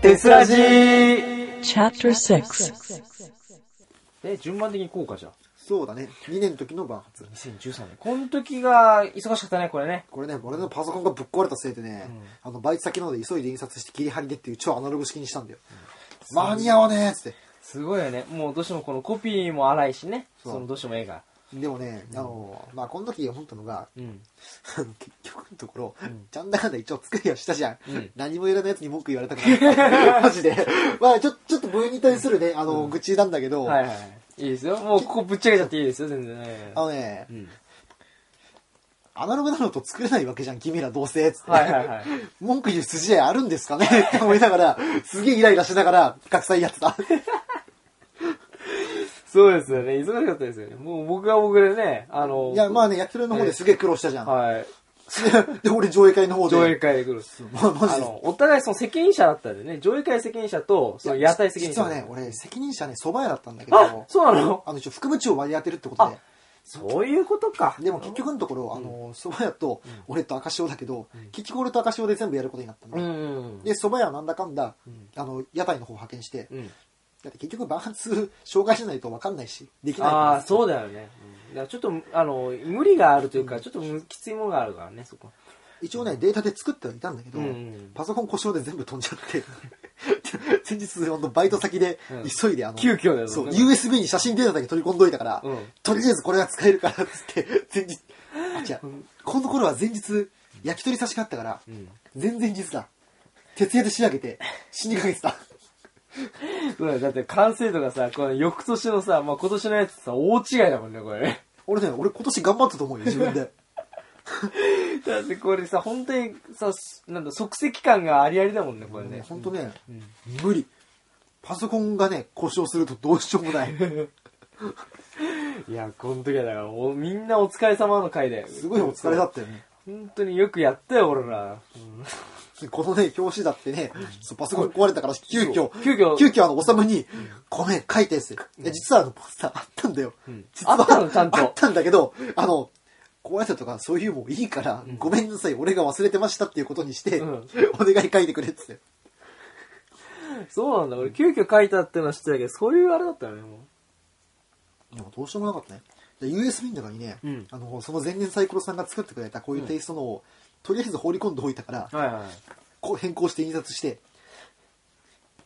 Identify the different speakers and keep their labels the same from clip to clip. Speaker 1: テスラジ
Speaker 2: Chapter 6
Speaker 1: え、順番的にこうかじゃあ。
Speaker 3: そうだね。2年の時の万発。
Speaker 1: 2013年。この時が忙しかったね、これね。
Speaker 3: これね、俺のパソコンがぶっ壊れたせいでね、あの、バイト先なので急いで印刷して切り貼りでっていう超アナログ式にしたんだよ。間に合わねえっつって。
Speaker 1: すごいよね。もうどうしてもこのコピーも荒いしね。
Speaker 3: そ
Speaker 1: そうのどうしても絵が。
Speaker 3: でもね、あの、まあ、この時思ったのが、
Speaker 1: うん。
Speaker 3: 結局のところ、ちゃんだかんだ一応作りはしたじゃん。
Speaker 1: うん
Speaker 3: 何もいらないやつに文句言われたく ない。マジで。まあ、ちょ、ちょっと部員に対するね、あの、愚痴なんだけど、
Speaker 1: はいはいはい。いいですよ。もうここぶっちゃけちゃっていいですよ、全然ね。
Speaker 3: あのね
Speaker 1: う、ん。
Speaker 3: アナログなのと作れないわけじゃん、君らどうせ、つって。
Speaker 1: はいはいはい。
Speaker 3: 文句言う筋合いあるんですかね って思いながら、すげえイライラしながら、学祭やっ てた。
Speaker 1: そうですよね。忙しかったですよね。もう僕は僕でね、あの、
Speaker 3: いや、まあね、焼き鳥の方ですげえ苦労したじゃん。
Speaker 1: はい。
Speaker 3: で、俺上映会の方で。
Speaker 1: 上映会で来るんですよ。
Speaker 3: まあ、マ
Speaker 1: あ
Speaker 3: ジで。
Speaker 1: の、お互いその責任者だったんでね、上映会責任者と、その屋台責任
Speaker 3: 実
Speaker 1: 者。
Speaker 3: はね、俺、責任者ね、蕎麦屋だったんだけ
Speaker 1: あ
Speaker 3: ど、、
Speaker 1: そうなの
Speaker 3: あの、一応副部長を割り当てるってことで。
Speaker 1: そういうことか。
Speaker 3: でも結局のところ、あの、蕎麦屋と、俺と赤潮だけど、結局俺と赤潮で全部やることになった
Speaker 1: うん
Speaker 3: の。
Speaker 1: うん。
Speaker 3: で、蕎麦屋はなんだかんだ
Speaker 1: ん、
Speaker 3: あの、屋台の方派遣して、
Speaker 1: うん。
Speaker 3: だって結局バランス、障害しないと分かんないし、できないから
Speaker 1: ああ、そうだよね。うん、だからちょっと、あの、無理があるというか、ちょっとむきついものがあるからね、そこ。
Speaker 3: 一応ね、データで作ってはいたんだけど、
Speaker 1: うんうん
Speaker 3: パソコン故障で全部飛んじゃって、 先日、あのバイト先で
Speaker 1: うん、
Speaker 3: 急いで、あの、
Speaker 1: 急遽だよね
Speaker 3: そう、USB に写真データだけ取り込んどいたから、
Speaker 1: うん
Speaker 3: とりあえずこれは使えるから、つって、前日、あ、違う、この頃は前日、焼き鳥差しがあったから、
Speaker 1: ん
Speaker 3: 前々日だ。徹夜で仕上げて、死にかけてた。
Speaker 1: そうだよだって完成度がさ、この翌年のさ、まあ、今年のやつさ、大違いだもんね、これ ね。
Speaker 3: 俺ね、俺今年頑張ったと思うよ、自分で。
Speaker 1: だってこれさ、本当にさ、なんだ、即席感がありありだもんね、これ ね。
Speaker 3: ほんとね、
Speaker 1: ん
Speaker 3: 無理。パソコンがね、故障するとどうしようもない。
Speaker 1: いや、この時はだから、おみんなお疲れ様の回で。
Speaker 3: すごいお疲れだったよね。
Speaker 1: 本当によくやったよ、俺ら。うん
Speaker 3: このね、表紙だってね、そうパソコン壊れたから、急遽、
Speaker 1: 急遽
Speaker 3: 急遽あの、おさむに、これ書いたやつ、いや実はあの、ポスターあったんだよ。
Speaker 1: ん
Speaker 3: 実は
Speaker 1: あったのちゃんと
Speaker 3: あったんだけど、あの、壊れたとかそういうもんいいから、ごめんなさい、俺が忘れてましたっていうことにして、
Speaker 1: うん
Speaker 3: お願い書いてくれっつって。
Speaker 1: そうなんだ、俺急遽書いたってのは知ってたけど、そういうあれだったよね、もう。
Speaker 3: でもどうしようもなかったね。で USB の中にね、
Speaker 1: うん
Speaker 3: あの、その前年サイコロさんが作ってくれたこういうテイストのを、とりあえず放り込んでおいたから、
Speaker 1: はいはい。
Speaker 3: こう変更して印刷して、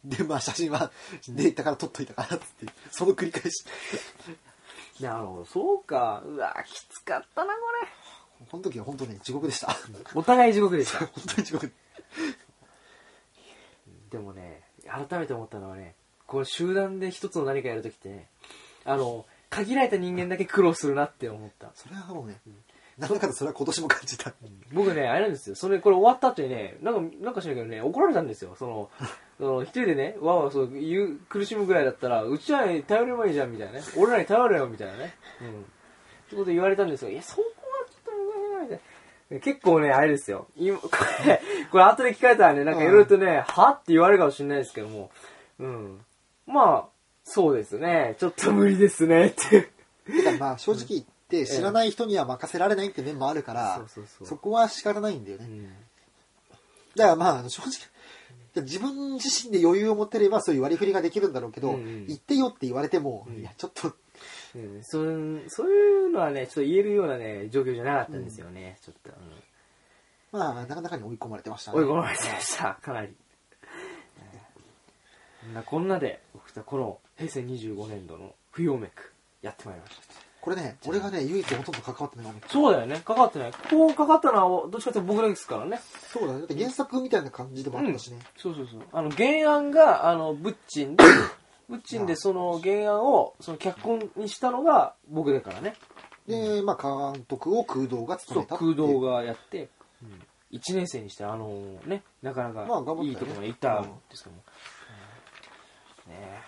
Speaker 3: で、まあ写真はデータから撮っといたからっつって、その繰り返し。
Speaker 1: なるほど、そうか。うわ、きつかったな、これ。
Speaker 3: この時は本当ね、地獄でした。
Speaker 1: お互い地獄でした
Speaker 3: 本。当に地獄。
Speaker 1: でもね、改めて思ったのはね、この集団で一つの何かやるときってね、あの、限られた人間だけ苦労するなって思った。
Speaker 3: それはもうね、なんだかんだそれは今年も感じた。
Speaker 1: 僕ね、あれなんですよ。それ、これ終わった後にね、なんか、なんかしないけどね、怒られたんですよ。その、 その一人でね、わーわーそう言う、苦しむぐらいだったら、うちらに頼ればいいじゃん、みたいなね。俺らに頼れよ、みたいなね。うん。ってこと言われたんですよ。いや、そこはちょっと無理だな、みたいな。結構ね、あれですよ。今、これ、 これ後で聞かれたらね、なんかいろいろとね、はって言われるかもしれないですけども、うん。まあ、そうですね。ちょっと無理ですね、っていう。
Speaker 3: てかまあ正直言って、知らない人には任せられないって面もあるから、
Speaker 1: そうそうそう
Speaker 3: そこは仕方ないんだよ
Speaker 1: う
Speaker 3: ね。
Speaker 1: ん。
Speaker 3: だからまああの正直、自分自身で余裕を持ってればそういう割り振りができるんだろうけ
Speaker 1: う
Speaker 3: ど、
Speaker 1: んうん
Speaker 3: 言ってよって言われても、
Speaker 1: ん
Speaker 3: いや、ちょっと、
Speaker 1: うん、そそういうのはね、ちょっと言えるようなね、状況じゃなかったんですよね、ちょっと。
Speaker 3: まあ、なかなかに追い込まれてました
Speaker 1: うん、追い込まれてました、かなり。うんなこんなで、僕たちこの平成25年度の冬おめく、やってまいりました。
Speaker 3: これね、俺がね、唯一ほとんど関わってないの
Speaker 1: そうだよね、かかってない。こうかかったのは、どっちかというと僕だけですからね。
Speaker 3: そうだね。だって原作みたいな感じでもあったしね。
Speaker 1: そうそうそう。あの、原案が、あの、ブッチ ンで、ブッチンでその原案を、その脚本にしたのが僕だからね。
Speaker 3: で、まあ、監督を空洞が
Speaker 1: そ
Speaker 3: 務
Speaker 1: う
Speaker 3: めたって
Speaker 1: 空洞。がやって、一1年生にしてあのねなかなか
Speaker 3: まあ頑張ったよね
Speaker 1: いいところまで行ったんですけども、うんねえ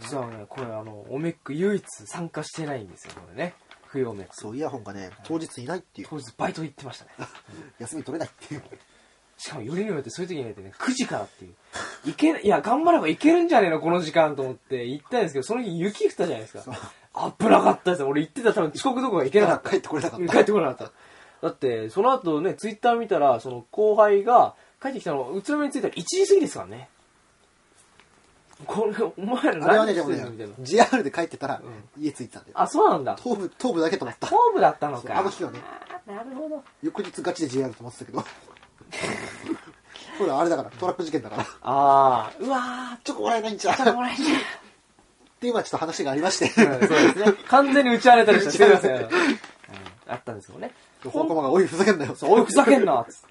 Speaker 1: 実はねこれあのオメック唯一参加してないんですよこれね冬オメック
Speaker 3: そう、イヤホンがね、当日いないっていう。
Speaker 1: 当日バイト行ってましたね
Speaker 3: 休み取れないっ ていう。
Speaker 1: しかもよりによってそういう時になってね9時からっていういけいや頑張ればいけるんじゃねえのこの時間と思って行ったんですけどその日雪降ったじゃないですか危なかったですよ俺行ってたら多分遅刻どころか行け
Speaker 3: だ
Speaker 1: な
Speaker 3: か
Speaker 1: かっ
Speaker 3: ら
Speaker 1: た
Speaker 3: 帰ってこれなかった。
Speaker 1: 帰ってこなかった。だって、その後ね、ツイッター見たら、その後輩が帰ってきたの、宇都宮に着いたら1時過ぎですからね。これ、お前ら
Speaker 3: あれは
Speaker 1: 何
Speaker 3: ね、で
Speaker 1: し
Speaker 3: も
Speaker 1: てん
Speaker 3: ね
Speaker 1: のみたいな。、
Speaker 3: JR で帰ってたら
Speaker 1: う
Speaker 3: 家着いてたんだよ。
Speaker 1: あ、そうなんだ。
Speaker 3: 東部、東部だけ泊まった。
Speaker 1: 東部だったの
Speaker 3: そう
Speaker 1: か。
Speaker 3: あの日はね
Speaker 1: あーなるほど。
Speaker 3: 翌日ガチで JR 泊まってたけど。ほら、あれだから、トラック事件だから。
Speaker 1: ああ、うわ
Speaker 3: チョコもらえないんじゃん。っ
Speaker 1: ー、もらえちゃ
Speaker 3: て今ちょっと話がありまして。
Speaker 1: う。そうですね。完全に打ち荒れたりした。 すいません。
Speaker 3: 打
Speaker 1: うんあったんですよね。
Speaker 3: ホンコマが、おい、ふざけんなよ。
Speaker 1: おい、ふざけんなっつって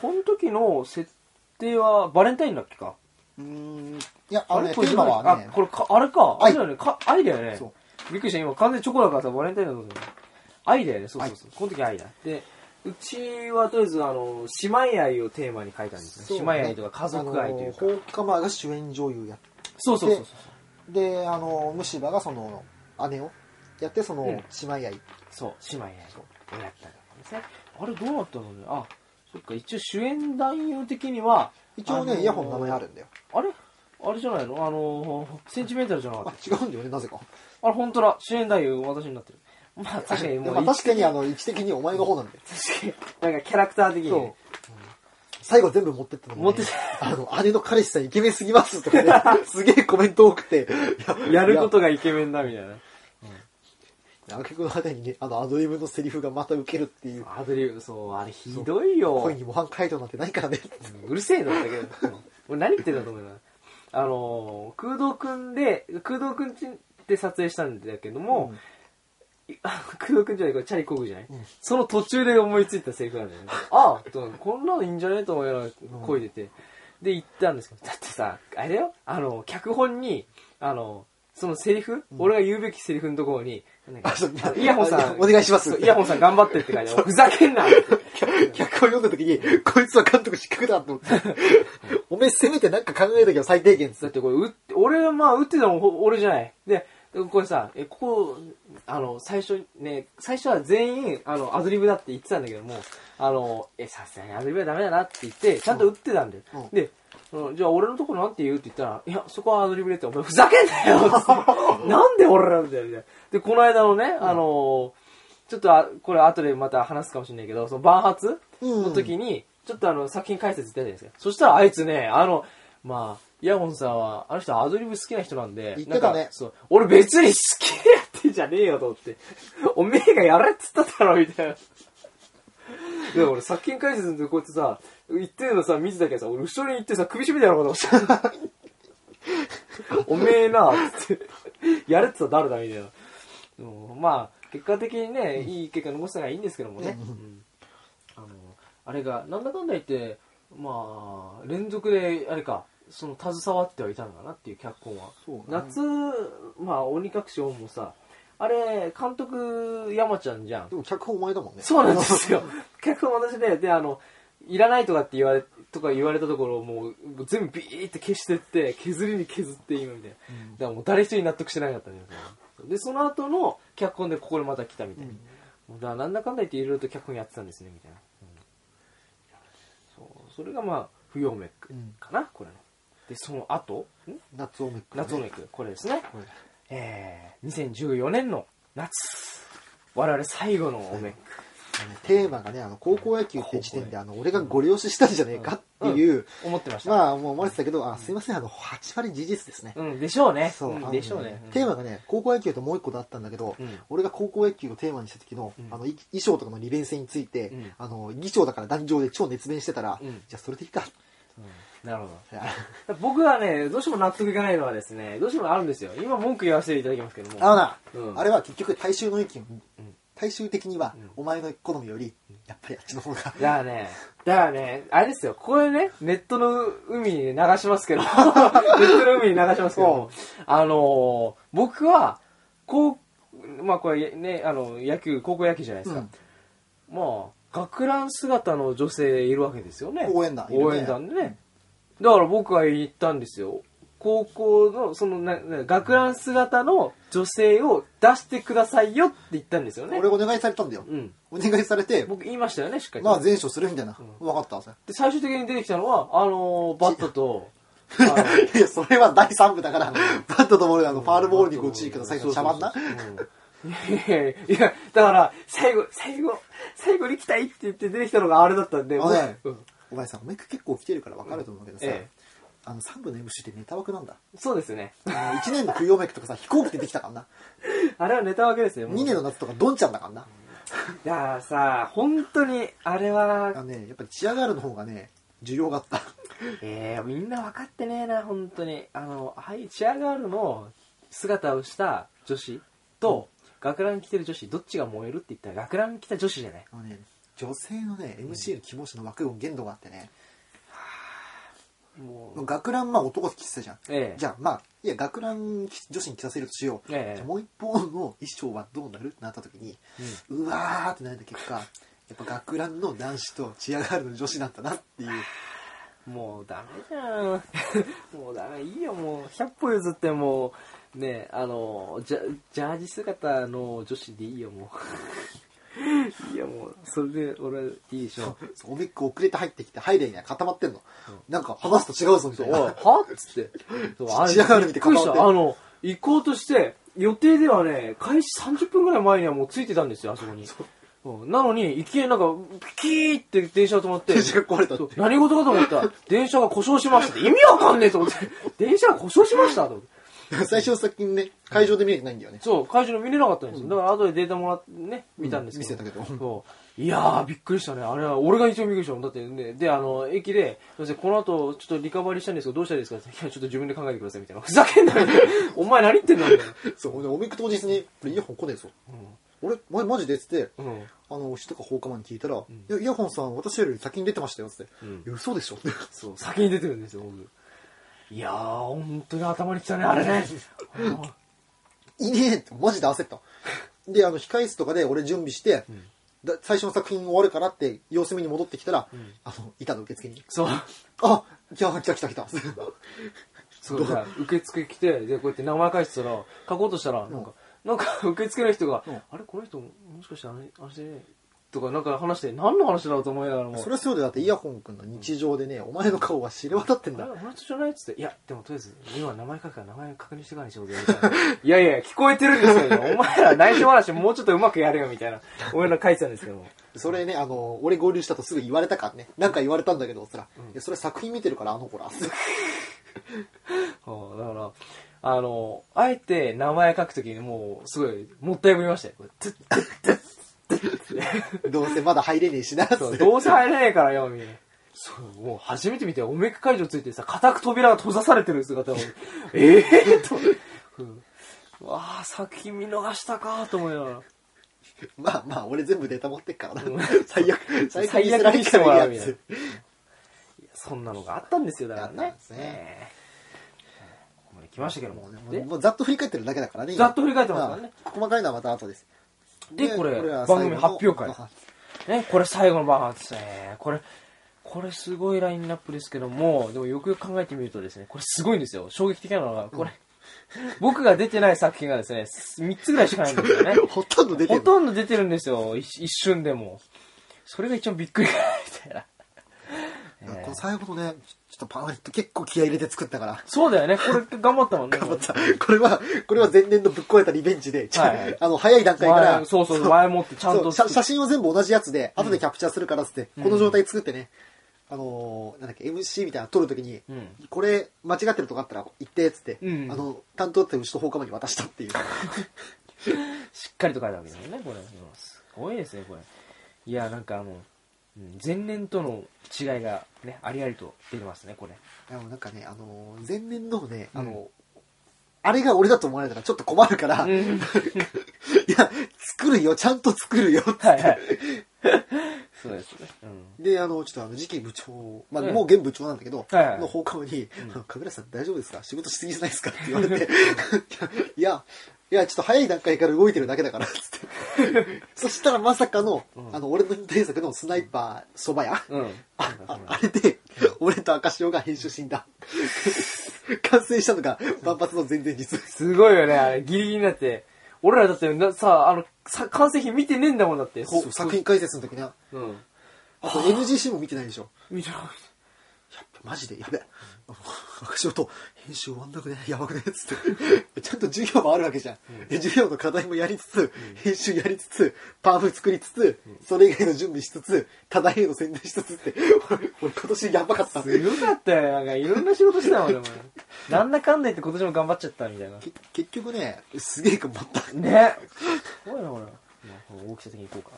Speaker 1: この時の設定はバレンタインだっけか
Speaker 3: うーん。いや、あのね、
Speaker 1: これ
Speaker 3: 今はね
Speaker 1: あ、、これか、あれか。あ
Speaker 3: 愛
Speaker 1: れだよね。か愛だよね
Speaker 3: そ。
Speaker 1: びっくりした。今完全にチョコだからさ、バレンタインだと思ったよね愛だよね。そうそうそう。この時愛だ。で、うちはとりあえず、あの、姉妹愛をテーマに書いたんですね。姉妹愛とか家族愛というか。
Speaker 3: ホンコマが主演女優やって
Speaker 1: そうそうそうそう。
Speaker 3: で、あの、虫歯がその、姉をやって、その、
Speaker 1: うん
Speaker 3: 姉妹愛。
Speaker 1: そう、姉妹愛をやったんですね。あれどうなったのね。あ、そっか、一応主演男優的には、
Speaker 3: 一応ね、
Speaker 1: あのー
Speaker 3: イヤホンの名前あるんだよ。
Speaker 1: あれあれじゃないのあのー、センチメンタルじゃなかった
Speaker 3: あ、違うんだよね、なぜか。
Speaker 1: あれ本当だ、主演男優私になってる。まあ確かにもう、
Speaker 3: まあ確かに、あの、位置的にお前の方なんだよ。
Speaker 1: 確かになんかキャラクター的に
Speaker 3: そう
Speaker 1: ね。
Speaker 3: 最後全部持ってったのに
Speaker 1: 持ってっ
Speaker 3: あの、姉の彼氏さんイケメンすぎますとかね、 すげえコメント多くて、い
Speaker 1: やるこ
Speaker 3: い
Speaker 1: とがイケメンだみたいな。
Speaker 3: やあけくの果てにね、あの、アドリブのセリフがまた受けるっていう、
Speaker 1: アドリブ、そう、あれひどいよ。
Speaker 3: 恋に模範回答なんてないからね。
Speaker 1: うんうるせえのだけど、俺何言ってんだと思うな。あのー、空洞くんで、空洞くんちで撮影したんだけども、いあの空洞くんじゃない、これチャリこぐじゃない、
Speaker 3: ん
Speaker 1: その途中で思いついたセリフなんだよね。 ああとこんなのいいんじゃねと思いながらこいでて、で行ったんですけど、だってさ、あれだよ、あの、脚本に、あの、そのセリフ、俺が言うべきセリフのところに、なんか
Speaker 3: あそう
Speaker 1: あのイヤホンさん、
Speaker 3: お願いします
Speaker 1: そうイヤホンさん頑張ってって感じで、ふざけんなって
Speaker 3: 脚本読んだ時に、こいつは監督失格だと思って、 おめえせめてなんか考えなきゃ最低限っつ
Speaker 1: だっ
Speaker 3: って
Speaker 1: これ打って、俺はまあ打ってたのほ俺じゃない。で、これさ、え、ここ、あの、最初ね、最初は全員、あの、アドリブだって言ってたんだけども、あの、え、さすがにアドリブはダメだなって言って、ちゃんと打ってたんだよ。
Speaker 3: うん
Speaker 1: で、そのじゃあ俺のとこなんて言うって言ったら、いや、そこはアドリブでって、お前ふざけんなよつ ってなんで俺なんだよみたいな。で、この間のね、あのちょっとあ、これ後でまた話すかもしれないけど、その万発
Speaker 3: うん
Speaker 1: の時に、ちょっとあの、作品解説言ったじゃないですか。そしたらあいつね、あの、まあ、イヤホンさんは、あの人アドリブ好きな人なんで、
Speaker 3: 言ってたね
Speaker 1: なんかそう。俺別に好きでやってんじゃねえよと思って。おめえがやれっつっただろ、みたいな。でも俺、作品解説でこうやってさ、言ってるのさ、見てたけどさ、俺後ろに行ってさ、首絞めてやろうかと思 った。おめえな、つって。やれって言ったら誰だ、みたいな。でもまあ、結果的にね、いい結果残したからいいんですけどもね。うんあの、あれが、なんだかんだ言って、まあ、連続で、あれか、その、携わってはいたのかなっていう脚本は。
Speaker 3: そうね
Speaker 1: 夏、まあ、鬼隠し音もさ、あれ、監督、山ちゃんじゃん
Speaker 3: で。も脚本お前だもん ね。
Speaker 1: そうなんですよ。脚本私ね、で、あの、いらないとかって言われ、とか言われたところをもう、もう全部ビーって消してって、削りに削って今みたいな。だからもう誰一人納得してなかったんですよ。で、その後の脚本でここでまた来たみたいな。もうだからなんだかんだ言っていろいろと脚本やってたんですね、みたいな。うんそう、それがまあ、不要メックかな、これの。で、その後、ん
Speaker 3: 夏オメック、
Speaker 1: 夏オメック、これですね。
Speaker 3: これ
Speaker 1: えー、2014年の夏。我々最後のオメック。
Speaker 3: あのテーマがね、あの、高校野球って時点で、あの、俺がご利用ししたんじゃねえかっていう、
Speaker 1: 思ってました。
Speaker 3: まあ、もう思ってたけど、あ、すいません、あの、8割事実ですね。
Speaker 1: うん、でしょうね。
Speaker 3: そう、あ
Speaker 1: ん
Speaker 3: の
Speaker 1: でしょうね。
Speaker 3: テーマがね、高校野球ともう一個だったんだけど、
Speaker 1: うん
Speaker 3: 俺が高校野球をテーマにした時の、
Speaker 1: ん
Speaker 3: あの、い衣装とかの利便性について、
Speaker 1: うん
Speaker 3: あの、議長だから壇上で超熱弁してたら、
Speaker 1: うん
Speaker 3: じゃあそれでいいか。
Speaker 1: なるほど。
Speaker 3: いや
Speaker 1: 僕はね、どうしても納得いかないのはですね、どうしてもあるんですよ。今文句言わせていただきますけども。
Speaker 3: あのな、
Speaker 1: うん
Speaker 3: あれは結局大衆の意見を、
Speaker 1: ん
Speaker 3: 大衆的には、お前の好みより、やっぱりあっちの方が、
Speaker 1: だからね、だからね、あれですよ、これね、ネットの海に流します けど、ネットの海に流しますけど、あのー僕は、こう、まあこれね、あの、野球、高校野球じゃないですか。まあ、学ラン姿の女性いるわけですよね。
Speaker 3: 応援団いるね
Speaker 1: 応援団でね。だから僕は言ったんですよ。高校の、そのな、な学ラン姿の女性を出してくださいよって言ったんですよね
Speaker 3: 俺。お願いされたんだよ。
Speaker 1: うん。
Speaker 3: お願いされて、
Speaker 1: 僕言いましたよね、しっかりと。
Speaker 3: まあ前処するみたいな。わ、かった、それ。
Speaker 1: で、最終的に出てきたのは、あのーバットと、
Speaker 3: いや、それは第3部だから、バットとボールであ の、ファールボールにご注意くださいの
Speaker 1: そう
Speaker 3: 茶
Speaker 1: そうそう
Speaker 3: 番な。
Speaker 1: うんいやいやいや、だから、最後、最後、最後に来たいって言って出てきたのがあれだったんで、
Speaker 3: あのね
Speaker 1: 僕うん
Speaker 3: お前さ、おめく結構来てるから分かると思うけどさ、
Speaker 1: ええ
Speaker 3: あの3部の MC ってネタ枠なんだ
Speaker 1: そうですね。
Speaker 3: 1年の冬めくとかさ飛行機でできたからな
Speaker 1: あれはネタわけですよ。もう
Speaker 3: 2年の夏とかドンちゃんだからない
Speaker 1: やーさ、本当に、あれ
Speaker 3: あ
Speaker 1: は、
Speaker 3: のねやっぱりチアガールの方がね需要があった
Speaker 1: えー、みんな分かってねえな、本当に。あの、ああいうチアガールの姿をした女子と、学ラン着てる女子、どっちが燃えるって言ったら、学ラン着た女子じゃない。
Speaker 3: あのね女性のね MC の気持ちの枠を限度があってね
Speaker 1: もう、
Speaker 3: 学ランまあ男好きってたじゃん
Speaker 1: ええ
Speaker 3: じゃあまあいや学ラン女子に着させるとしよう、
Speaker 1: ええ
Speaker 3: じゃあもう一方の衣装はどうなるってなった時に、うわーってなった結果やっぱ学ランの男子とチアガールの女子なんだなっていう
Speaker 1: もうダメじゃん。 もうダメ、いいよ、もう。100歩譲ってもう、ねあの、ジャジャージ姿の女子でいいよ、もう。いい よ、もう。それで、俺、いいでしょ。
Speaker 3: そうおめっく遅れて入ってきて入れには固まってんの、なんか話すと違うぞみ
Speaker 1: そ
Speaker 3: た
Speaker 1: う、
Speaker 3: い
Speaker 1: おい、
Speaker 3: な
Speaker 1: はっつって。そうあれ、
Speaker 3: 仕上がる
Speaker 1: び
Speaker 3: 見
Speaker 1: ってくりし
Speaker 3: 固まって
Speaker 1: た。あの、行こうとして、予定ではね、開始30分ぐらい前にはもう着いてたんですよ、あそこに。うんなのに、いきなりなんか、ピキーって電車が止まって。
Speaker 3: 電車が壊れたっ
Speaker 1: そ
Speaker 3: て
Speaker 1: う何事かと思ったら、電車が故障しましたって。意味わかんねえと思 って。電車が故障しましたと思って。
Speaker 3: 最初先にね会場で見えてないんだよね、
Speaker 1: そう、会場の見れなかったんですよ。だから後でデータもらってね、見たんですけど。
Speaker 3: うん見せたけど
Speaker 1: そう。いやー、びっくりしたね。あれは、俺が一応びっくりしたもん。だってね、で、あの、駅で、すいませんこの後、ちょっとリカバリーしたいんですけど、どうしたらいいですかいや、ちょっと自分で考えてください、みたいな。ふざけんなよ、お前何言ってんのみたいな。
Speaker 3: そうほんでおめっく当日に「これイヤホン来ねえぞ、俺前マジで」っつって、
Speaker 1: うん
Speaker 3: あの牛とか放課前に聞いたら、いやイヤホンさん私より先に出てましたよ」っつって「
Speaker 1: うん
Speaker 3: いや嘘でしょ」 って
Speaker 1: そう、先に出てるんですよ、僕。いやー、本当に頭にきたね、あれね。
Speaker 3: いねえって、マジで焦った。で、あの、控室とかで俺準備して、だ最初の作品終わるからって、様子見に戻ってきたら、あの、板の受付に。
Speaker 1: そう。
Speaker 3: あ来た来た来た来た。
Speaker 1: そうだ、受付来て、で、こうやって名前書いてたら、書こうとしたら、なんか、なんか 受付の人が、
Speaker 3: うん
Speaker 1: あれこの人、もしかしてあれ、あれじゃねえとか、なんか話して、何の話だろうと思いながらも、
Speaker 3: それはそうで、だってイヤホン君の日常でね、お前の顔は知れ渡ってん
Speaker 1: あれ
Speaker 3: だ。
Speaker 1: お前とじゃないっつって、いや、でもとりあえず、今名前書くから名前確認してからにしようぜ、みたいな。いやいや、聞こえてるんですけ ど、お前ら内緒話もうちょっとうまくやれよ、みたい な。俺ら書いてたんですけども。
Speaker 3: それね、あの、俺合流したとすぐ言われたからね。なんか言われたんだけど、そら、いやそれ作品見てるから、あの子ら。
Speaker 1: はあ、だから、あの、あえて名前書くときにもう、すごい、もったいぶりましたよ。これトゥットゥットゥッ
Speaker 3: どうせまだ入れねえしな、つ
Speaker 1: そう
Speaker 3: って。
Speaker 1: どうせ入れねえからよ、みたいな。そう、もう初めて見て、おめく会場ついてさ、固く扉が閉ざされてる姿を、 ええと、うんうわあ作品見逃したかと思いながら。
Speaker 3: まあまあ、俺全部データ持ってっからな
Speaker 1: うん。
Speaker 3: 最悪、最悪
Speaker 1: 最
Speaker 3: 見
Speaker 1: 悪見せて
Speaker 3: せられるか
Speaker 1: もら
Speaker 3: ら
Speaker 1: う
Speaker 3: い
Speaker 1: み
Speaker 3: いや
Speaker 1: たいな
Speaker 3: つ。。
Speaker 1: いやそんなのがあったんですよ、だからね。
Speaker 3: あったんですね
Speaker 1: ええここまで来ましたけども
Speaker 3: もうね。
Speaker 1: で
Speaker 3: もうざっと振り返ってるだけだからね。
Speaker 1: ざっと振り返ってますからね
Speaker 3: ああ細かいのはまた後です。
Speaker 1: で、これ、番
Speaker 3: は最後
Speaker 1: 組
Speaker 3: の
Speaker 1: 発表会。
Speaker 3: あ
Speaker 1: ね、これ最後の番発ですね。これ、これすごいラインナップですけども、でもよくよく考えてみるとですね、これすごいんですよ。衝撃的なのが、これ、僕が出てない作品がですね、3つぐらいしかないんですよね。
Speaker 3: ほとんど出て
Speaker 1: ほ
Speaker 3: るの。
Speaker 1: とんど出てるんですよ、一一瞬でも。それが一番びっくりかな、みたいな。
Speaker 3: この最後のね、ちょっとパンフレット結構気合い入れて作ったから。
Speaker 1: そうだよね、これ頑張ったもんね。
Speaker 3: 頑張ったこれは、これは前年のぶっ壊れたリベンジで、ちょ
Speaker 1: はい
Speaker 3: あの、早い段階から、
Speaker 1: 前そうそう、前もってちゃん
Speaker 3: そう
Speaker 1: と。
Speaker 3: 写写真を全部同じやつで、後でキャプチャーするからっつって、この状態作ってね、あのー、なんだっけ、MC みたいなの撮るときに、
Speaker 1: うん
Speaker 3: これ間違ってるとこあったら言って、っつって、
Speaker 1: うん
Speaker 3: あの、担当だってうちと放課後に渡し たっていう。
Speaker 1: しっかりと書いたわけですよね、これ。すごいですね、これ。いや、なんかあの、うん前年との違いがね、ありありと出てますね、 これ。
Speaker 3: でもなんかね、あのー前年のね、あの
Speaker 1: うん
Speaker 3: あれが俺だと思われたらちょっと困るから、いや、作るよ、ちゃんと作るよって。
Speaker 1: はいはい。そうですね。うん。
Speaker 3: で、あの、ちょっとあの、次期部長、まあ、
Speaker 1: うん
Speaker 3: もう現部長なんだけど、
Speaker 1: はいはい
Speaker 3: の放課後に、あの、神楽さん大丈夫ですか仕事しすぎじゃないですかって言われ て、 いや、いや、ちょっと早い段階から動いてるだけだから、つって。そしたらまさかの、あの、俺の原作のスナイパー蕎麦屋、
Speaker 1: うん。
Speaker 3: あああれで、俺と赤潮が編集死んだ。 完成したのが万発の前々日。
Speaker 1: すごいよね、あれ、ギリギリになって。俺らだってな、さ、あの、さ完成品見てねえんだもんだって。
Speaker 3: そう作品解説の時ね。
Speaker 1: うん。
Speaker 3: あと NGC も見てないでしょ。
Speaker 1: 見てなかっ
Speaker 3: やっべマジでやべ学習と編集終わんなくねやばくねっつって ちゃんと授業もあるわけじゃん、で授業の課題もやりつつ、編集やりつつパーフ作りつつ、それ以外の準備しつつただいの宣伝しつつって 俺俺今年やばかった
Speaker 1: すごかったよ。なんかいろんな仕事してたもん、俺も。なんだかんだ言って今年も頑張っちゃったみたいな。
Speaker 3: け結局ねすげえ頑張った
Speaker 1: ねすごいな、俺。まあ大きさ的にいこうか。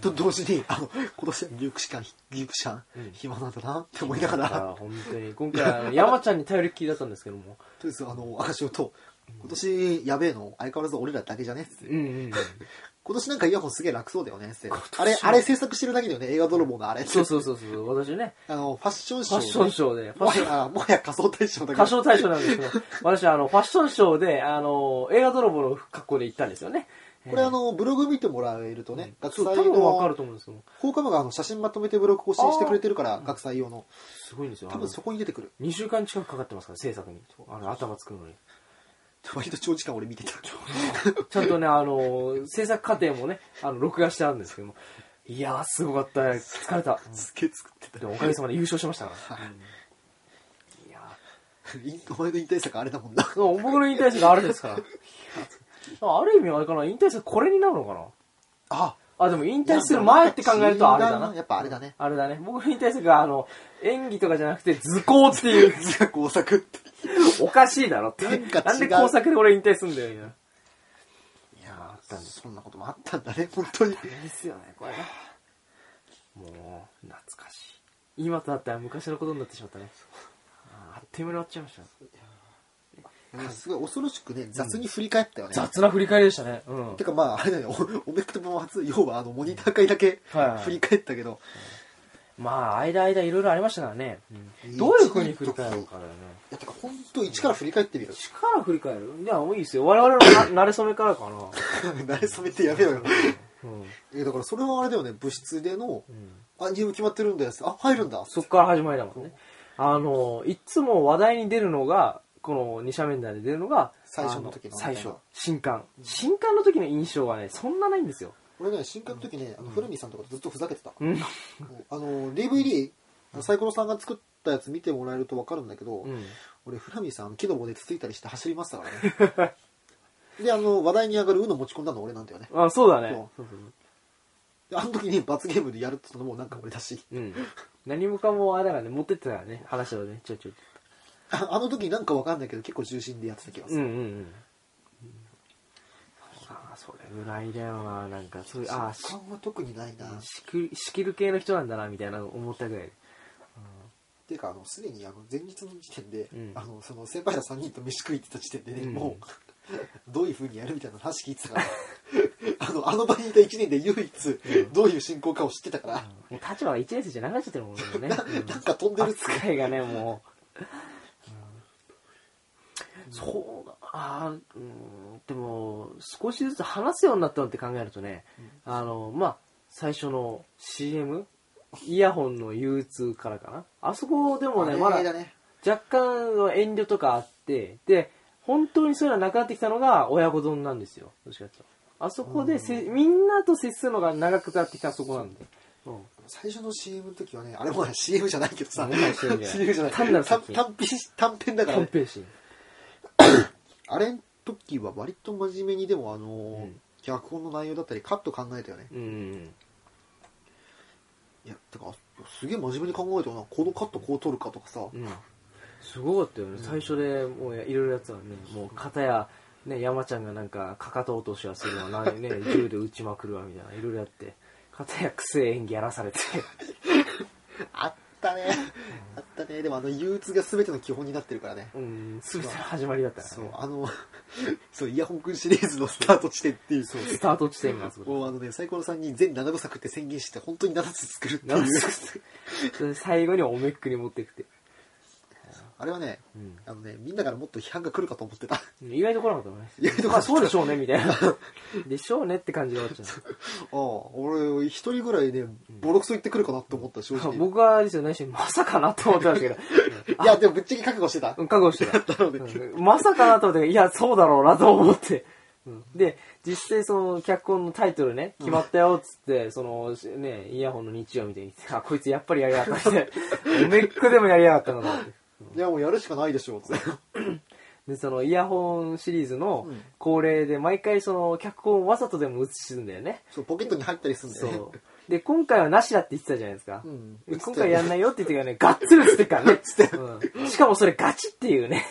Speaker 3: と同時にあの今年はミュークシカンミュークシャン
Speaker 1: うん
Speaker 3: 暇なんだなって思いなが
Speaker 1: だ
Speaker 3: ら、
Speaker 1: から本当に、今回、山ちゃんに頼りっきりだったんですけども。
Speaker 3: とりあえずあの赤潮と今年やべえの相変わらず俺らだけじゃねっつって
Speaker 1: うんうん。
Speaker 3: 今年なんかイヤホンすげえ楽そうだよねっつってあれあれ制作してるだけだよね映画泥棒のあれ
Speaker 1: そうそうそうそう、私ね、
Speaker 3: あのファッションシ
Speaker 1: フ
Speaker 3: ョ
Speaker 1: ァッ
Speaker 3: ーね
Speaker 1: ションショーで、ファッ
Speaker 3: もは
Speaker 1: ション、
Speaker 3: やもはや仮想大賞だけど
Speaker 1: 歌唱大賞なんですけど、私、あの、ファッションショーで、あの、映画泥棒の格好で行ったんですよね。
Speaker 3: これあのブログ見てもらえるとね、学
Speaker 1: そう、
Speaker 3: 祭
Speaker 1: 多分わかる
Speaker 3: の
Speaker 1: と思うんですけど、
Speaker 3: 放課後があの写真まとめてブログ更新してくれてるから学祭用の
Speaker 1: すごいんですよ。
Speaker 3: 多分そこに出てくる
Speaker 1: 2週間近くかかってますから、制作に。あの、頭作るのに。
Speaker 3: 割と長時間俺見てた
Speaker 1: ちゃんとね、あの、制作過程もね、あの、録画してあるんですけども。いやー、すごかった。疲れた。
Speaker 3: すげえ作ってた
Speaker 1: でも、おかげさまで優勝しましたから。いや
Speaker 3: 引 お前の引退作あれだもんな
Speaker 1: ー、そう僕の引退者があれですから。いやある意味あれかな、引退者これになるのかな
Speaker 3: あ
Speaker 1: あ、でも引退する前って考えるとあれだな。
Speaker 3: やっぱあ れだね
Speaker 1: あれだね。僕の引退者が、あの、演技とかじゃなくて図工っていう、
Speaker 3: 自画工作って
Speaker 1: おかしいだろって。
Speaker 3: なんか違う
Speaker 1: なんで工作で俺引退すんだよ、みたいな。
Speaker 3: いやーあったんだそんなこともあったんだね本当に
Speaker 1: 大変ですよねこれねもう懐かしい今となっては昔のことになってしまったねあーあっという間に終わっちゃいました
Speaker 3: すごい恐ろしくね雑に振り返ったよね、
Speaker 1: 雑な振り返りでしたねうん
Speaker 3: てかまああれだよ ねおおめくとも初要はあのモニター会だけ
Speaker 1: はいはい
Speaker 3: 振り返ったけど、
Speaker 1: まあ間間いろいろありましたからね、
Speaker 3: うん
Speaker 1: どういうふうに振り返るかだよね
Speaker 3: いやてか本当一から振り返ってみる
Speaker 1: 一から振り返るいやもういいですよ我々のな慣れ初めからかな
Speaker 3: 慣れ初めてや めろよ
Speaker 1: うん、
Speaker 3: えだからそれはあれだよね部室での
Speaker 1: うん、
Speaker 3: あゲーム決まってるんだよあ入るんだ
Speaker 1: そっから始まりだもんねあのいつも話題に出るのがこの二斜面談で出るのが
Speaker 3: 最初の時の
Speaker 1: あ最初
Speaker 3: みたいな
Speaker 1: 新刊新刊の時の印象はねそんなないんですよ
Speaker 3: 俺ね新刊の時ねあの古見さんとかとずっとふざけてた、
Speaker 1: うん
Speaker 3: あの DVD あのサイコロさんが作ったやつ見てもらえると分かるんだけど、
Speaker 1: うん
Speaker 3: 俺フラミーさん木の棒でつついたりして走りましたからね であの話題に上がる「う」の持ち込んだの俺なんだよね
Speaker 1: あ、そうだね。
Speaker 3: そうであの時に罰ゲームでやるってのもなんか俺だし
Speaker 1: うん。 何もかもあれだからね、持ってってたからね、話をね、ちょちょ。
Speaker 3: ああの時なんか分かんないけど結構重心でやってた気がす
Speaker 1: うん
Speaker 3: る、
Speaker 1: うんうん。あそれぐらいだよな、なんか、そういう、あ、し
Speaker 3: 感は特にないな、っ
Speaker 1: 仕切る仕切る系の人なんだな、みたいなの思ったぐらい。
Speaker 3: ていうかあのすでにあの前日の時点で、
Speaker 1: うん
Speaker 3: あのその先輩ら3人と飯食いってた時点でね、
Speaker 1: うん
Speaker 3: もう どういうふうにやるみたいな話聞いてたから あのあの場にいた1年で唯一どういう進行かを知ってたから、
Speaker 1: もう立場が1年生じゃなくなっちゃってる もんね。うん
Speaker 3: なんか飛んでるっつうか
Speaker 1: 扱いがね、もう。そうだ、あーうん、でも、少しずつ話すようになったのって考えるとね、あの、まあ、最初の CM? イヤホンの憂鬱からかなあそこでもね、ま
Speaker 3: あれ
Speaker 1: だ
Speaker 3: だね
Speaker 1: 若干の遠慮とかあって、で、本当にそういうのはなくなってきたのが親子丼なんですよ。どっちかっていうとあそこでせ、みんなと接するのが長くなってきたそこなんで。うん
Speaker 3: 最初の CM の時はねあれもね CM じゃないけどさ
Speaker 1: もはや CM じゃない
Speaker 3: CM じゃない
Speaker 1: 単なる
Speaker 3: 短
Speaker 1: 作品
Speaker 3: 短編短編だから、
Speaker 1: 短
Speaker 3: ね、
Speaker 1: 編集。
Speaker 3: あれの時は割と真面目にでもあのー
Speaker 1: うん
Speaker 3: 脚本の内容だったりカット考えたよね
Speaker 1: うん。
Speaker 3: いやてかすげえ真面目に考えたよなこのカットこう撮るかとかさ、
Speaker 1: うん、すごかったよね、最初でもういろいろやってたのねもう片や、ね、山ちゃんがなんかかかと落としはするわ、なん ね、銃で撃ちまくるわみたいないろいろやって片や癖演技やらされて
Speaker 3: あったねあったねでもあの憂鬱が全ての基本になってるからね
Speaker 1: うん全ての始まりだったから
Speaker 3: そ
Speaker 1: ね、
Speaker 3: うあの そうイヤホンくんシリーズのスタート地点っていうそう
Speaker 1: スタート地点がそこ
Speaker 3: もうあのねサイコロさんに全7部作って宣言して本当に7つ作る っていう
Speaker 1: 7つで最後におめっくに持ってくって、
Speaker 3: あれはね、
Speaker 1: うん
Speaker 3: あのね、みんなからもっと批判が来るかと思ってた。
Speaker 1: 意外と来なかったもんね
Speaker 3: 意外と来な
Speaker 1: ま
Speaker 3: か
Speaker 1: あ
Speaker 3: った
Speaker 1: そうでしょうねみたいなでしょうねって感じで終わっちゃう
Speaker 3: ああ、俺、一人ぐらいね、ボロクソ言ってくるかなと思った、正
Speaker 1: まあ
Speaker 3: 直。 い
Speaker 1: 僕はですよねまさかなと思ってましたけど
Speaker 3: や、でもぶっちゃけ覚悟してた
Speaker 1: う。ん覚悟してた
Speaker 3: なので、
Speaker 1: まさかなと思って、いや、そうだろうなと思って。
Speaker 3: うん
Speaker 1: で、実際その脚本のタイトルね、決まったよっつって、そのね、イヤホンの日曜みたいに言って、あ、こいつやっぱりやりやがったみた いな。めっこでもやりやがったのかって。
Speaker 3: いや、もうやるしかないでしょ、つって。
Speaker 1: で、そのイヤホンシリーズの
Speaker 3: うん
Speaker 1: 恒例で毎回その脚本をわざとでも映すんだよね。
Speaker 3: そう、ポケットに入ったりするんだよね。
Speaker 1: そう。で、今回はなしだって言ってたじゃないですか。
Speaker 3: うん
Speaker 1: で今回やんないよって言ってからね、がっつり映ってっからね。うんしかもそれガチっていうね。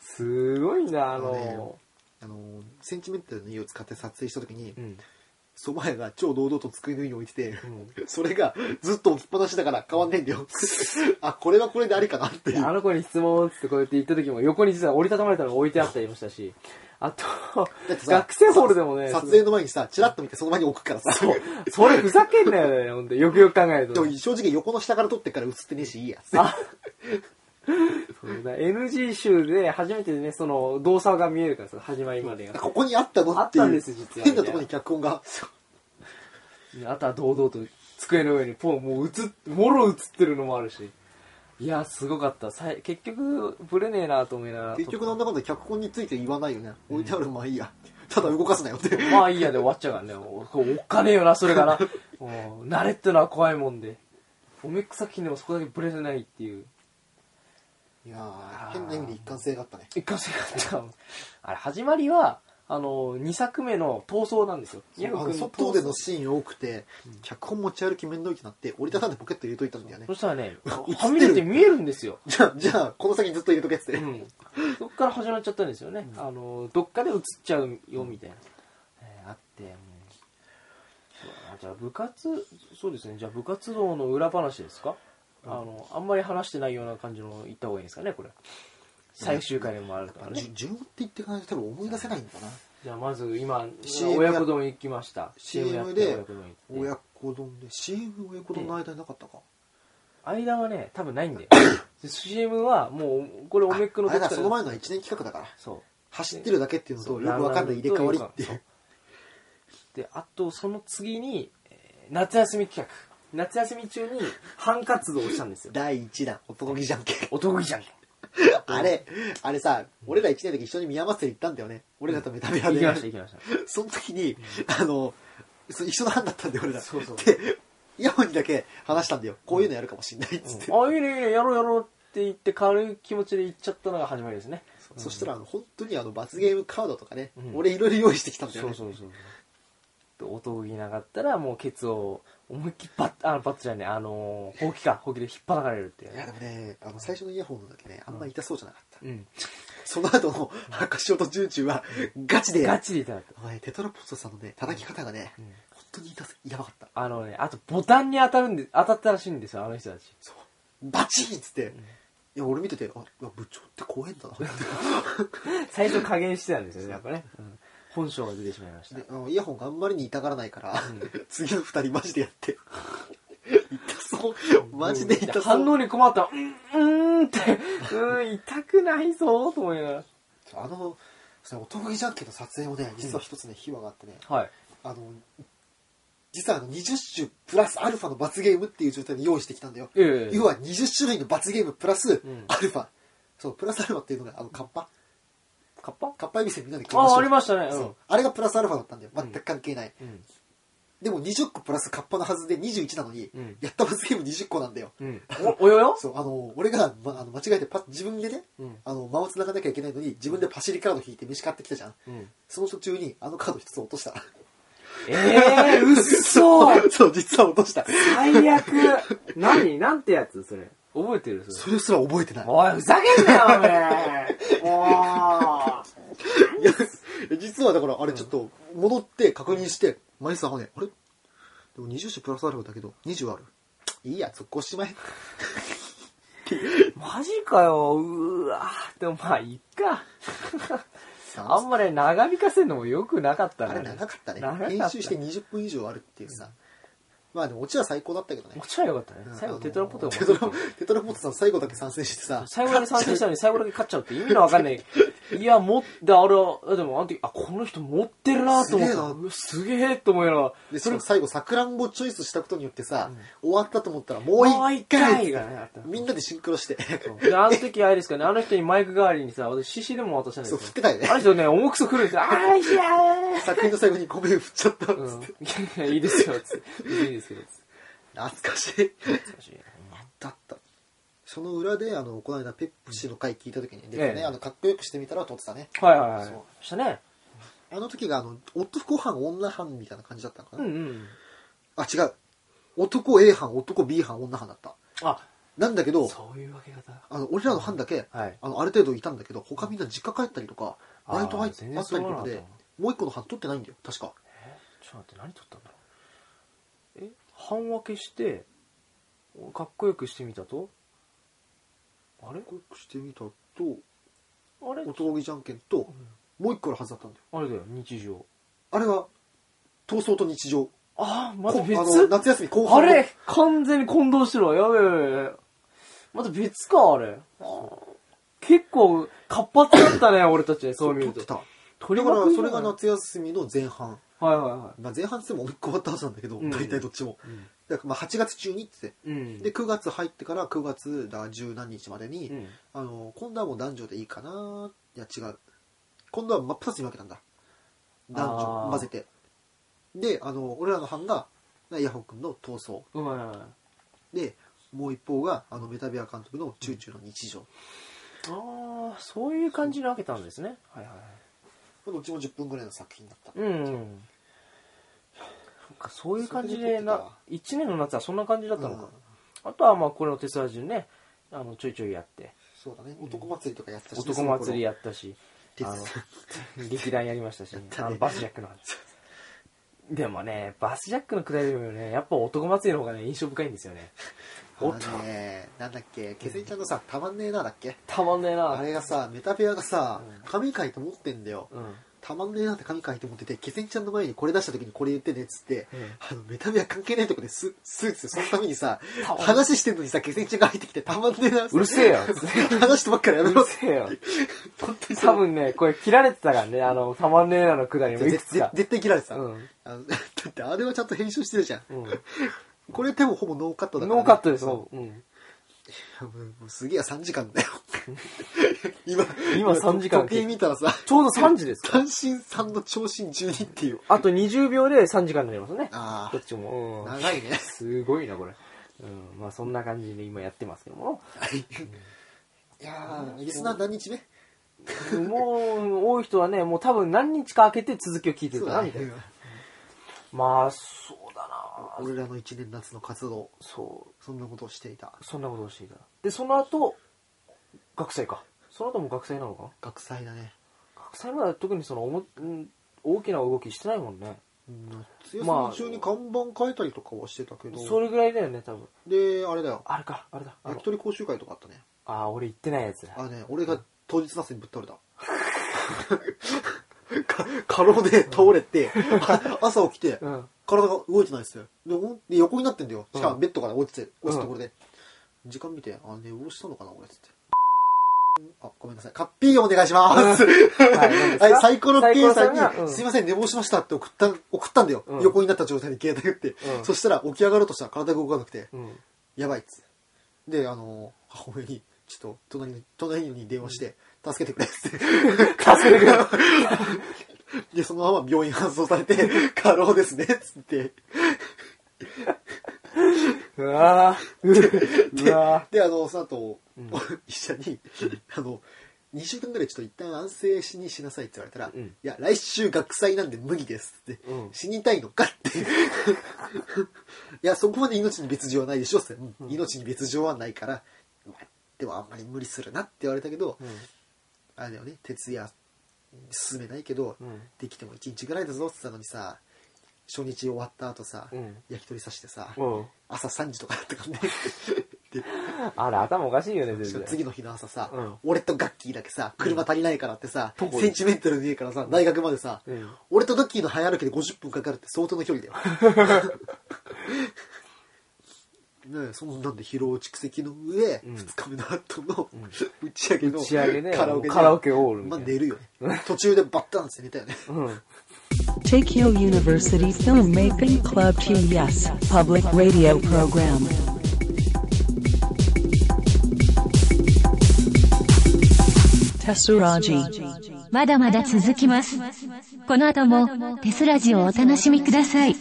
Speaker 1: すごいな、あの、
Speaker 3: あのー、センチメンタルの家を使って撮影した時に、
Speaker 1: うん。
Speaker 3: そば屋が超堂々と机の上に置いてて、
Speaker 1: う
Speaker 3: それがずっと置きっぱなしだから変わんないん だよ。あ、これはこれでありかなっていう。
Speaker 1: あの子に質問っつってこうやって言った時も横に実は折りたたまれたのが置いてあったりもしたし、あと
Speaker 3: だって、さ
Speaker 1: 学生ホールでもね、
Speaker 3: 撮影の前にさ、チラッと見てその前に置くからさ。
Speaker 1: それふざけんなよね、ほんとよくよく考える
Speaker 3: で
Speaker 1: と
Speaker 3: も。正直横の下から撮ってっから映ってねえし、いいや。
Speaker 1: あそうだ NG 集で初めてね、その動作が見えるからさ、始まりまでが。
Speaker 3: ここにあったのって
Speaker 1: あったん
Speaker 3: い
Speaker 1: で
Speaker 3: う
Speaker 1: す実は
Speaker 3: 変なところに脚本が。
Speaker 1: あとは堂々と机の上にポン、もう映っ、もろ映ってるのもあるし。いや、すごかった。さい結局、ブレねえなと思いながら。
Speaker 3: 結局なんだかんだ脚本について言わないよね。置いてあるまあいいや。 ただ動かすなよって。
Speaker 1: まあいいやで終わっちゃうからね。おおっかねえよな、それが な。うん慣れってのは怖いもんで。おめく作品でもそこだけブレてないっていう。
Speaker 3: いやー変な意味で一貫性があったね。
Speaker 1: 一貫性があった。あれ、始まりは、あの、2作目の逃走なんですよ。
Speaker 3: あの外でのシーン多くて、脚本持ち歩き面倒いってなって、折りたたんでポケット入れといたんだよね
Speaker 1: そ。したらね、
Speaker 3: 映ってる
Speaker 1: はみ出て見えるんですよ。
Speaker 3: じゃあ、じゃあ、この先ずっと入れとけっつって。
Speaker 1: うん、そっから始まっちゃったんですよね、あのどっかで映っちゃうよみたいな、えーあって、うんそうあじゃあ部活そうですねじゃあ部活動の裏話ですか、あのあんまり話してないような感じの言った方がいいんですかねこれ最終回でもあるからね
Speaker 3: じゅ順をって言っていかないと多分思い出せないんだな。
Speaker 1: じゃあまず今
Speaker 3: CM
Speaker 1: 親子丼行きました
Speaker 3: CM
Speaker 1: や
Speaker 3: で
Speaker 1: って親子丼行
Speaker 3: 親
Speaker 1: って
Speaker 3: 子丼で、CM 親子丼の間になかったか。
Speaker 1: 間はね多分ないん だよで CM はもうこれおめっくの
Speaker 3: あ
Speaker 1: ど
Speaker 3: れ
Speaker 1: っか
Speaker 3: だ、
Speaker 1: で
Speaker 3: その前のは1年企画だから。
Speaker 1: そう
Speaker 3: 走ってるだけっていうのと、よくわかんない入れ替わりっていう。
Speaker 1: であとその次に、えー夏休み企画夏休み中に班活動をしたん ですよ
Speaker 3: 第1弾、おとどきじゃんけん。
Speaker 1: お得意じゃん
Speaker 3: あれ、あれさ、俺ら1年の時一緒に宮祭り行ったんだよね。俺らとメタメタ
Speaker 1: 行
Speaker 3: で。
Speaker 1: きました行きました
Speaker 3: その時に、あの、そ一緒の班だったんで、俺 ら。
Speaker 1: そうそう
Speaker 3: で、イヤホンにだけ話したんだよ。こういうのやるかもしんないっつって。
Speaker 1: あいいねいいねやろうやろうって言って軽い気持ちで行っちゃったのが始まりですね
Speaker 3: そしたら、あの、本当にあの、罰ゲームカードとかね、
Speaker 1: うん
Speaker 3: 俺いろいろ用意してきたんだよ
Speaker 1: そ
Speaker 3: ね。
Speaker 1: うそうそうでお得意なかったらもうケツを思いっきりバッあのバッとじゃねあのーほうきかほうきで引っ張られるっていう
Speaker 3: い
Speaker 1: ね
Speaker 3: や、でもね、あの、最初のイヤホンのだけね、あんま痛そうじゃなかった。
Speaker 1: うん
Speaker 3: その後の、赤潮とジューチューは、ガチで、
Speaker 1: ガチで痛かった
Speaker 3: お前、テトラポストさんのね、叩き方がね、本当に痛す、やばかった。
Speaker 1: あのねあとボタンに当たるんで当たったらしいんですよあの人たち
Speaker 3: そう。バチーンっつって、いや、俺見てて、あ、いや部長って怖えんだな。
Speaker 1: 最初加減してたんですよねやっぱね、うん本性が出てしまいました
Speaker 3: であのイヤホンがあんまりに痛がらないから、 次の二人マジで やって。痛そう。マジで痛そう。
Speaker 1: 反応に困ったら、うん、うーんって、うん、痛くないぞ、と思いながら。
Speaker 3: あの、そのおとぎじゃんけんの撮影もね、実は一つね、秘話があってね、
Speaker 1: はい。
Speaker 3: あの、実はあの20種プラスアルファの罰ゲームっていう状態で用意してきたんだよ。
Speaker 1: ええ
Speaker 3: 要は20種類の罰ゲームプラス
Speaker 1: ん
Speaker 3: アルファ。そう、プラスアルファっていうのが、あの、カッパ
Speaker 1: カッパ
Speaker 3: カッパエビセみんなで食い
Speaker 1: あ、ありましたね。う
Speaker 3: そ
Speaker 1: ん
Speaker 3: う。あれがプラスアルファだったんだよ。全く関係ない。
Speaker 1: うん。
Speaker 3: でも20個プラスカッパのはずで21なのに、
Speaker 1: うん
Speaker 3: やった罰ゲーム20個なんだよ。
Speaker 1: うん。お、およよ
Speaker 3: そう、あの、俺が、ま、あの間違えてパ、自分でね、
Speaker 1: うん
Speaker 3: あの、間を繋がなきゃいけないのに、自分でパシリカード引いて飯買ってきたじゃん。
Speaker 1: うん
Speaker 3: その途中に、あのカード一つ落とした。
Speaker 1: ええー、うっそ
Speaker 3: そう、実は落とした。
Speaker 1: 最悪何なんてやつそれ。覚えてるそれ。
Speaker 3: それすら覚えてない。
Speaker 1: おい、ふざけんなよ、 おめえも
Speaker 3: いや、実はだから、あれちょっと、戻って確認して、マイさんがね、あれでも20種プラスアルファだけど、20ある。いいや、続行しまえ。
Speaker 1: うマジかよ、うーわでもまあ、いっか。あんまり長引かせるのも良くなかった
Speaker 3: あ
Speaker 1: な
Speaker 3: れ長かったね
Speaker 1: 長か。った
Speaker 3: 編集して20分以上あるっていうさ。まあでも、オチは最高だったけどね
Speaker 1: も。ちろん良かったね。最後、テトラポットが
Speaker 3: テトラテトラポットさん最後だけ参戦してさ
Speaker 1: 最後だけ参戦したのに最後だけ勝っちゃうって意味のわかんないいや、もっ、で、あれは、でもあの時、あ、この人持ってるなと思っ
Speaker 3: すげえ
Speaker 1: て
Speaker 3: な
Speaker 1: うわ、すげえと思いながら、
Speaker 3: で、
Speaker 1: そ
Speaker 3: そ
Speaker 1: れ
Speaker 3: れ最後、さくらんぼチョイスしたことによってさ、終わったと思ったら、もう
Speaker 1: もう
Speaker 3: 一
Speaker 1: 一
Speaker 3: 回
Speaker 1: 回がね、あった
Speaker 3: みんなでシンクロして、
Speaker 1: で、あの時あれですかね、あの人にマイク代わりにさ、私、獅子でも渡したんです
Speaker 3: そう、
Speaker 1: よ
Speaker 3: 振。ってたよね
Speaker 1: あ。の人ね、重くそ来るんですよ。あー、いやー
Speaker 3: 作品の最後にごめん、振っちゃった。つって
Speaker 1: うん、いやいやいいですよ、つって。いいですけど、つって
Speaker 3: 懐かしい。
Speaker 1: 懐かしい
Speaker 3: だった。その裏で、あの、この間、ペプシの回聞いた時に、で
Speaker 1: ええ
Speaker 3: ね、あの、かっこよくしてみたらと思ってたね。
Speaker 1: はいはいはい。
Speaker 3: そう
Speaker 1: したね。
Speaker 3: あの時が、あの、男班、女班みたいな感じだったのか
Speaker 1: うん
Speaker 3: な。
Speaker 1: うん。
Speaker 3: あ、違う。男 A 班、男 B 班、女班だった。
Speaker 1: あ、
Speaker 3: なんだけど、
Speaker 1: そういう分け方。
Speaker 3: あの、俺らの班だけ、
Speaker 1: はい。
Speaker 3: あの、ある程度いたんだけど、他みんな実家帰ったりとか、
Speaker 1: あー
Speaker 3: バイト入っ
Speaker 1: 全
Speaker 3: て
Speaker 1: 然
Speaker 3: あっ
Speaker 1: そ
Speaker 3: たり
Speaker 1: う
Speaker 3: と
Speaker 1: な
Speaker 3: か
Speaker 1: んだ
Speaker 3: で、もう一個の班取ってないんだよ、確か。
Speaker 1: ちょっと待って、何撮ったんだろう。え、半分けして、かっこよくしてみたとあれ
Speaker 3: こうしてみたと、
Speaker 1: あれ
Speaker 3: 男気じゃんけんと、もう一個のはずだったんだよ。
Speaker 1: あれだよ、日常。
Speaker 3: あれは、闘争と日常。
Speaker 1: あー、ま
Speaker 3: こ
Speaker 1: た
Speaker 3: あの、
Speaker 1: 別
Speaker 3: 夏休み後
Speaker 1: あ
Speaker 3: 半の。
Speaker 1: れ完全に混同してるわ。やべえやべえやべえ。また別か、あれ。結構、活発だったね、俺たち。そう見
Speaker 3: 撮
Speaker 1: る
Speaker 3: って
Speaker 1: と。
Speaker 3: た。
Speaker 1: 取
Speaker 3: だ
Speaker 1: り
Speaker 3: か
Speaker 1: ま
Speaker 3: ら、
Speaker 1: くり
Speaker 3: それ
Speaker 1: だ
Speaker 3: が
Speaker 1: ね
Speaker 3: 夏休みの前半。
Speaker 1: はいはいは
Speaker 3: まあ、前半っつっても、もう一個終わったはずなんだけど、
Speaker 1: うん
Speaker 3: 大体どっちも。だからまあ、8月中にって言って
Speaker 1: い。うん。
Speaker 3: で、、9月入ってから9月、だから十何日までに、
Speaker 1: うん。
Speaker 3: あの、今度はもう男女でいいかな。いや、違う。今度は真っ二つに分けたんだ。男
Speaker 1: あー
Speaker 3: 女混ぜて。で、あの、俺らの班が、ヤホー君の闘争。
Speaker 1: うまいはい。
Speaker 3: で、もう一方が、あの、メタビア監督のチューチューの日常。
Speaker 1: ああ、そういう感じに分けたんですね。はいはい。
Speaker 3: どっちも10分ぐらいの作品だった。
Speaker 1: うん。そっか、そういう感じ
Speaker 3: それで撮っ
Speaker 1: で、
Speaker 3: てた
Speaker 1: な、1年の夏はそんな感じだったのか
Speaker 3: うん。
Speaker 1: あとはまあ、これを手伝い中にね、あの、ちょいちょいやって、
Speaker 3: そうだね。男祭りとかやってたし、
Speaker 1: 男祭り
Speaker 3: や
Speaker 1: やったし、
Speaker 3: そ
Speaker 1: あ
Speaker 3: の頃
Speaker 1: の、劇団やりました し、
Speaker 3: たね
Speaker 1: あの、バスジャックの話。でもね、バスジャックのくだりよりもね、やっぱ男祭りの方がね、印象深いんですよね。おっと
Speaker 3: あのね、なんだっけ、ケセンちゃんのさ、たまんねえなだっけ
Speaker 1: たまんねえ
Speaker 3: あ
Speaker 1: な。
Speaker 3: れがさ、メタペアがさ
Speaker 1: うん、
Speaker 3: 紙書いて持ってんだよ。
Speaker 1: うん。
Speaker 3: たまんねえなって紙書いて持ってて、ケセンちゃんの前にこれ出した時にこれ言ってねっつって、
Speaker 1: うん
Speaker 3: あの、メタペア関係ないとこでススーツ、そのためにさ
Speaker 1: たまん、ねえ
Speaker 3: 話してんのにさ、ケセンちゃんが入ってきて、たまんねえなっつって
Speaker 1: うるせえよ
Speaker 3: 話してばっかりや
Speaker 1: う
Speaker 3: め
Speaker 1: る
Speaker 3: ろ。
Speaker 1: せえよ。
Speaker 3: 本当に
Speaker 1: 多
Speaker 3: さ
Speaker 1: 分ね、これ切られてたからね、あの、たまんねえなのくだりもいく
Speaker 3: 絶
Speaker 1: つ
Speaker 3: 絶
Speaker 1: か。
Speaker 3: 絶対切られてた。
Speaker 1: うん
Speaker 3: あのだ ってあれはちゃんと編集してるじゃん。
Speaker 1: うん。
Speaker 3: これでもほぼノーカットだから、
Speaker 1: ノーカットです。。
Speaker 3: そう
Speaker 1: うん。
Speaker 3: う。もうもうすげえや3時 間だよ。今、
Speaker 1: 今3時間
Speaker 3: 時計見たらさ、
Speaker 1: ちょうど3時ですか
Speaker 3: 単身さんの長身12っていう。
Speaker 1: あと20秒で3時間になりますね。
Speaker 3: あ
Speaker 1: どっちも。
Speaker 3: あ、
Speaker 1: うん
Speaker 3: 長いね。
Speaker 1: すごいな、これ。うん。まあそんな感じで今やってますけども。
Speaker 3: はい。いやー、リスナー何日目
Speaker 1: もう、多い人はね、もう多分何日か空けて続きを聞いてるかな、みたいな。まあ、そうだな
Speaker 3: 俺らの1年夏の活動、
Speaker 1: そ
Speaker 3: そんなことをしていた。
Speaker 1: う。そんなことをしていた。で、その後、学祭か。その後も学祭なのかな
Speaker 3: 学祭だね。
Speaker 1: 学祭まで特にそのおも、うん大きな動きしてないもんね。
Speaker 3: うん夏休
Speaker 1: まあ
Speaker 3: み中に看板変えたりとかはしてたけど、
Speaker 1: それぐらいだよね、多分。
Speaker 3: で、あれだよ。
Speaker 1: あれか、あれだ。あの
Speaker 3: 焼き鳥講習会とかあったね。
Speaker 1: あー、俺行ってないやつだ。
Speaker 3: あのね、俺が当日の朝にぶっ倒 れた。か過労で倒れて、朝起きて、
Speaker 1: うん。
Speaker 3: 体が動いてないですよ。で、おんで横になってんだよ。しか
Speaker 1: う
Speaker 3: も
Speaker 1: ん
Speaker 3: ベッドから落ちて、落ちたところで。時間見て、あ、寝坊したのかな、俺、つって。あ、ごめんなさい。カッピーお願いします。
Speaker 1: はい何ですか
Speaker 3: はい、サイコロケイさんに
Speaker 1: サイコロさんがう、ん
Speaker 3: すいません、寝坊しましたって送った、送ったんだよ。
Speaker 1: うん
Speaker 3: 横になった状態で携帯打って。
Speaker 1: うん
Speaker 3: そしたら起き上がろうとしたら体が動かなくて、
Speaker 1: うん。
Speaker 3: やばいっつってであの母親にちょっと隣の隣に電話して、助けてくれっつって
Speaker 1: 助けてくれ。
Speaker 3: でそのまま病院搬送されて過労ですねっつって
Speaker 1: うわ ぁ。うわ
Speaker 3: であのその後、
Speaker 1: ん
Speaker 3: 医者に、あの2週間ぐらいちょっと一旦安静しにしなさいって言われたら、
Speaker 1: うん
Speaker 3: いや来週学祭なんで無理ですっつって、
Speaker 1: うん
Speaker 3: 死にたいのかって いやそこまで命に別状はないでしょっつって、うん命に別状はないから、まあでもあんまり無理するなって言われたけど、
Speaker 1: ぁ。
Speaker 3: あれだよね徹夜進めないけど、
Speaker 1: うん
Speaker 3: できても1日ぐらいだぞって言ったのにさ初日終わった後さ、
Speaker 1: うん
Speaker 3: 焼き鳥刺してさ、
Speaker 1: うん。うん。
Speaker 3: 朝3時とかだっ たからねで
Speaker 1: あれ、頭おかしいよね、全然。
Speaker 3: 次の日の朝さ、
Speaker 1: うん
Speaker 3: 俺とガッキーだけさ車足りないからってさ、
Speaker 1: どこ
Speaker 3: センチメンタルでいいからさ大学までさ、
Speaker 1: うん
Speaker 3: 俺とガッキーの早歩きで50分かかるって相当の距離だよね、そのなんで疲労蓄積の上、
Speaker 1: うん
Speaker 3: 2日目の後の、
Speaker 1: ん
Speaker 3: 打ち上げの
Speaker 1: 打ち上げね
Speaker 3: カラオケ
Speaker 1: カラオケオールみた
Speaker 3: ま
Speaker 1: い
Speaker 3: あ
Speaker 1: な
Speaker 3: 寝るよね途中でバッタンって寝たよね
Speaker 1: うん。
Speaker 2: Tokyo University Filmmaking Club TES Public Radio Program. Tesseraji.
Speaker 4: まだまだ続きます。この後もテスラジをお楽しみください。